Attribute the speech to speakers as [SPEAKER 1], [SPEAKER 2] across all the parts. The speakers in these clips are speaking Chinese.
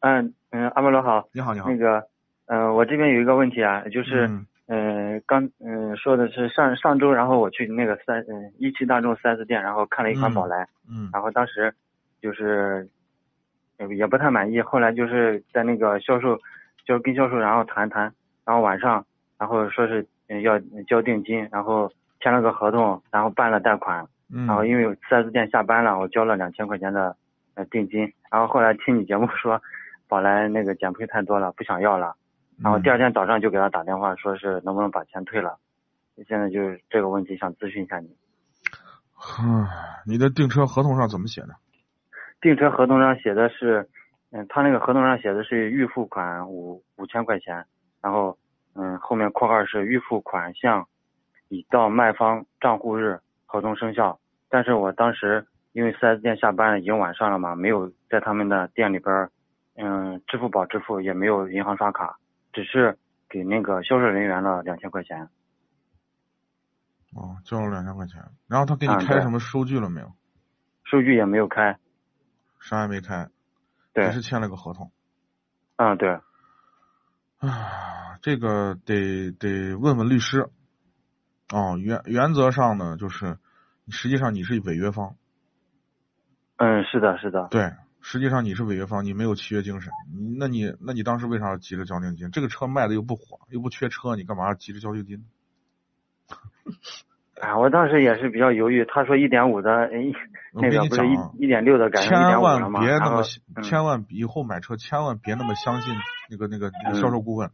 [SPEAKER 1] 嗯嗯，阿波罗好。
[SPEAKER 2] 你好，你好
[SPEAKER 1] 那，个，嗯、我这边有一个问题啊，就是，
[SPEAKER 2] 嗯
[SPEAKER 1] 嗯、刚，嗯、说的是上上周，然后我去那个三，嗯、一汽大众 4S 店，然后看了一款
[SPEAKER 2] 嗯
[SPEAKER 1] 宝来，
[SPEAKER 2] 嗯
[SPEAKER 1] 然后当时就是呃也不太满意，后来就是在那个销售，就跟销售然后谈谈，然后晚上，然后说是嗯要交定金，然后签了个合同，然后办了贷款，
[SPEAKER 2] 嗯，
[SPEAKER 1] 然后因为我 4S 店下班了，我交了两千块钱的呃定金，然后后来听你节目说，宝来那个减配太多了，不想要了，然后第二
[SPEAKER 2] 天，
[SPEAKER 1] 天早上就给他打电话，说是能不能把钱退了，现在就是这个问题想咨询一下你。
[SPEAKER 2] 唉嗯你的订车合同上怎么写的？
[SPEAKER 1] 订车合同上写的是，嗯，他那个合同上写的是预付款五五千块钱，然后嗯后面括号是预付款项已到卖方账户日合同生效。但是我当时因为 4S 店下班了，已经晚上了嘛，没有在他们的店里边儿，嗯，支付宝支付也没有银行刷卡，只是给那个销售人员了两千块钱。
[SPEAKER 2] 哦，交了两千块钱，然后他给你
[SPEAKER 1] 啊
[SPEAKER 2] 开
[SPEAKER 1] 对
[SPEAKER 2] 什么收据了没有？
[SPEAKER 1] 收据也没有开。
[SPEAKER 2] 啥也没开，
[SPEAKER 1] 对
[SPEAKER 2] 只，是签了个合同。
[SPEAKER 1] 嗯，对，
[SPEAKER 2] 啊，这个得得问问律师。哦，原原则上呢，就是实际上你是违约方，
[SPEAKER 1] 嗯，是的，是的，
[SPEAKER 2] 对，实际上你是违约方，你没有契约精神，你那你那你当时为啥要急着交定金？这个车卖的又不火，又不缺车，你干嘛要急着交定金呢？
[SPEAKER 1] 啊，我当时也是比较犹豫，他说一点五的，哎，
[SPEAKER 2] 我
[SPEAKER 1] 那
[SPEAKER 2] 跟
[SPEAKER 1] 个
[SPEAKER 2] 你
[SPEAKER 1] 不
[SPEAKER 2] 讲
[SPEAKER 1] 是一
[SPEAKER 2] 啊，
[SPEAKER 1] 一点六的改成一点
[SPEAKER 2] 千
[SPEAKER 1] 五了
[SPEAKER 2] 万
[SPEAKER 1] 吗？嗯
[SPEAKER 2] 别
[SPEAKER 1] 然
[SPEAKER 2] 那
[SPEAKER 1] 后
[SPEAKER 2] 么，千万以后买车千万别那么相信那个那个那个
[SPEAKER 1] 嗯
[SPEAKER 2] 销售顾问。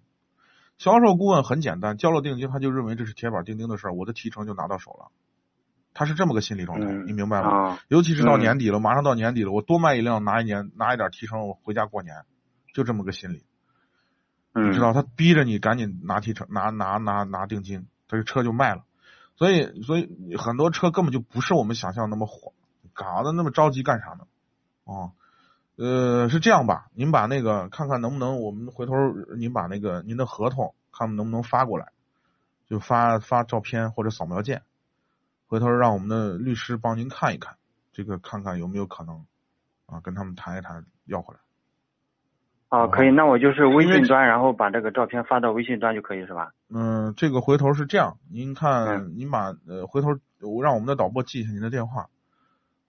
[SPEAKER 2] 销售顾问很简单，交了定金他就认为这是铁板钉钉的事儿，我的提成就拿到手了，他是这么个心理状态，
[SPEAKER 1] 嗯
[SPEAKER 2] 你明白吗？
[SPEAKER 1] 啊，
[SPEAKER 2] 尤其是到
[SPEAKER 1] 嗯
[SPEAKER 2] 年底了，马上到年底了，我多卖一辆拿一年拿一点提成，我回家过年，就这么个心理，
[SPEAKER 1] 嗯，
[SPEAKER 2] 你知道？他逼着你赶紧拿提成，拿拿拿拿定金，他这车就卖了。所以所以很多车根本就不是我们想象那么火，搞得那么着急干啥呢？哦，呃，是这样吧？您把那个看看能不能，我们回头您把那个您的合同看能不能发过来，就发发照片或者扫描件，回头让我们的律师帮您看一看，这个看看有没有可能啊，跟他们谈一谈要回来。
[SPEAKER 1] 啊，可以，那我就是微
[SPEAKER 2] 因为
[SPEAKER 1] 信端，然后把这个照片发到微信端就可以是吧？
[SPEAKER 2] 嗯，这个回头是这样，您看，
[SPEAKER 1] 嗯
[SPEAKER 2] 您把呃回头我让我们的导播记一下您的电话，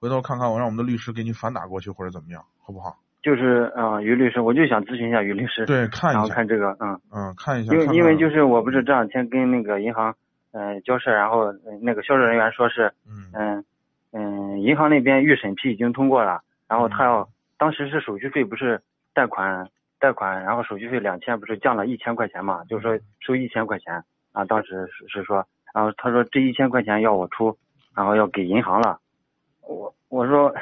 [SPEAKER 2] 回头看看我让我们的律师给您反打过去或者怎么样，好不好？
[SPEAKER 1] 就是，嗯，于律师，我就想咨询一下于律师，
[SPEAKER 2] 对，看
[SPEAKER 1] 然
[SPEAKER 2] 一
[SPEAKER 1] 后
[SPEAKER 2] 下，
[SPEAKER 1] 看这个，嗯，
[SPEAKER 2] 嗯，看一下，
[SPEAKER 1] 因为
[SPEAKER 2] 看
[SPEAKER 1] 因为
[SPEAKER 2] 看
[SPEAKER 1] 就是我不是这两天跟那个银行，呃，交涉，然后呃那个销售人员说是，
[SPEAKER 2] 嗯
[SPEAKER 1] 嗯嗯，银行那边预审批已经通过了，然后他
[SPEAKER 2] 嗯
[SPEAKER 1] 要当时是手续费不是贷款贷款，然后手续费两千不是降了一千块钱嘛，就是说收一千块钱啊，当时是是说，然后他说这一千块钱要我出，然后要给银行了，我我说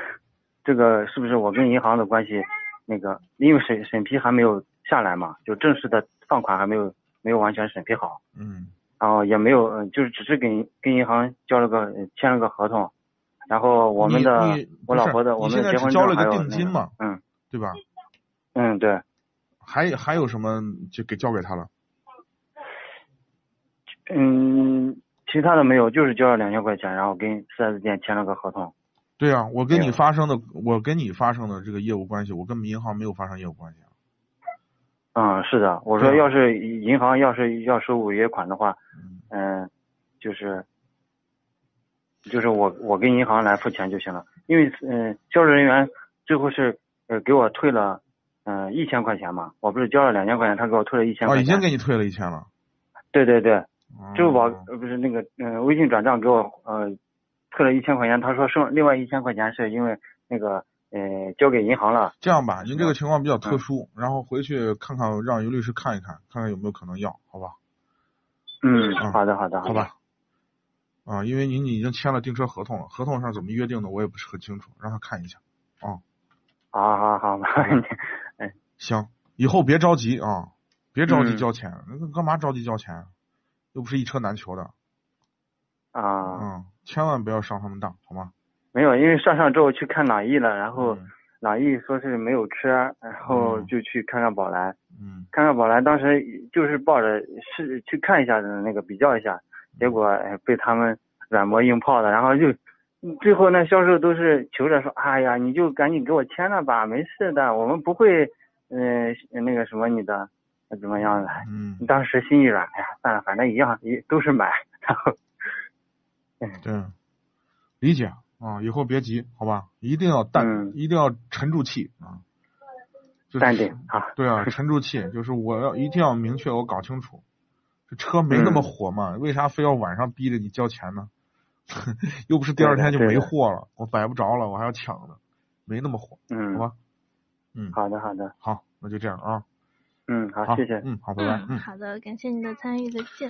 [SPEAKER 1] 这个是不是我跟银行的关系那个，因为审审批还没有下来嘛，就正式的放款还没有没有完全审批好，
[SPEAKER 2] 嗯
[SPEAKER 1] 然后也没有，嗯，就是只是跟跟银行交了个呃签了个合同，然后我们的
[SPEAKER 2] 你你
[SPEAKER 1] 我
[SPEAKER 2] 不
[SPEAKER 1] 老
[SPEAKER 2] 是
[SPEAKER 1] 婆的
[SPEAKER 2] 你
[SPEAKER 1] 我们
[SPEAKER 2] 现在
[SPEAKER 1] 的结
[SPEAKER 2] 是
[SPEAKER 1] 婚
[SPEAKER 2] 交
[SPEAKER 1] 证
[SPEAKER 2] 了个
[SPEAKER 1] 还有
[SPEAKER 2] 定
[SPEAKER 1] 那
[SPEAKER 2] 金嘛
[SPEAKER 1] 嗯
[SPEAKER 2] 对吧？
[SPEAKER 1] 嗯对，
[SPEAKER 2] 还还有什么就给交给他了？
[SPEAKER 1] 嗯，其他的没有，就是交了两千块钱，然后跟四 S 店签了个合同。
[SPEAKER 2] 对啊，我跟
[SPEAKER 1] 没
[SPEAKER 2] 你
[SPEAKER 1] 有
[SPEAKER 2] 发生的我跟你发生的这个业务关系，我跟银行没有发生业务关系啊。
[SPEAKER 1] 嗯，是的，我说
[SPEAKER 2] 对啊
[SPEAKER 1] 要是银行要是要收违约款的话，
[SPEAKER 2] 嗯，
[SPEAKER 1] 嗯、就是就是我我跟银行来付钱就行了，因为嗯、销售人员最后是呃给我退了嗯一千块钱嘛，我不是交了两千块钱，他给我退了一千
[SPEAKER 2] 啊，
[SPEAKER 1] 块
[SPEAKER 2] 已
[SPEAKER 1] 钱。
[SPEAKER 2] 经给你退了一千了。
[SPEAKER 1] 对对对，
[SPEAKER 2] 哦
[SPEAKER 1] 支付宝呃不是那个呃微信转账给我呃退了一千块钱，他说剩另外一千块钱是因为那个呃交给银行了。
[SPEAKER 2] 这样吧，
[SPEAKER 1] 嗯
[SPEAKER 2] 您这个情况比较特殊，然后回去看看，让于律师看一看，看看有没有可能要，好吧？
[SPEAKER 1] 嗯，
[SPEAKER 2] 嗯
[SPEAKER 1] 好的好的
[SPEAKER 2] 好。吧。啊，因为您已经签了订车合同了，合同上怎么约定的我也不是很清楚，让他看一下。
[SPEAKER 1] 好好好，麻烦你。
[SPEAKER 2] 行，以后别着急啊，别着急
[SPEAKER 1] 嗯
[SPEAKER 2] 交钱，那、干嘛着急交钱？啊又不是一车难求的，
[SPEAKER 1] 啊，
[SPEAKER 2] 嗯，千万不要上他们当，好吗？
[SPEAKER 1] 没有，因为上上周去看朗逸了，然后
[SPEAKER 2] 嗯
[SPEAKER 1] 朗逸说是没有车，然后
[SPEAKER 2] 嗯
[SPEAKER 1] 就去看看宝来。
[SPEAKER 2] 嗯，
[SPEAKER 1] 看看宝来当时就是抱着是去看一下的那个比较一下，结果哎被他们软磨硬泡的，然后就最后那销售都是求着说，哎呀，你就赶紧给我签了吧，没事的，我们不会嗯、呃那个什么你的怎么样的。
[SPEAKER 2] 嗯，
[SPEAKER 1] 当时心一软，哎呀，算了，反正一样，一都是买，然后
[SPEAKER 2] 对，理解啊，以后别急，好吧？一定要淡，
[SPEAKER 1] 嗯
[SPEAKER 2] 一定要沉住气啊，就是
[SPEAKER 1] 淡定啊。
[SPEAKER 2] 对啊，沉住气，就是我要一定要明确，我搞清楚，这车没那么
[SPEAKER 1] 嗯
[SPEAKER 2] 火嘛，为啥非要晚上逼着你交钱呢？ 又不是第二
[SPEAKER 1] 对的
[SPEAKER 2] 天就
[SPEAKER 1] 对
[SPEAKER 2] 没
[SPEAKER 1] 的
[SPEAKER 2] 货了，我逮不着了，我还要抢呢，没那么火，
[SPEAKER 1] 嗯，
[SPEAKER 2] 好吧？嗯，
[SPEAKER 1] 好的好的，
[SPEAKER 2] 好，那就这样啊，
[SPEAKER 1] 嗯，好，
[SPEAKER 2] 好，
[SPEAKER 1] 谢谢。
[SPEAKER 2] 嗯，好，拜拜，
[SPEAKER 3] 嗯，
[SPEAKER 2] 嗯。
[SPEAKER 3] 好的，感谢你的参与，再见。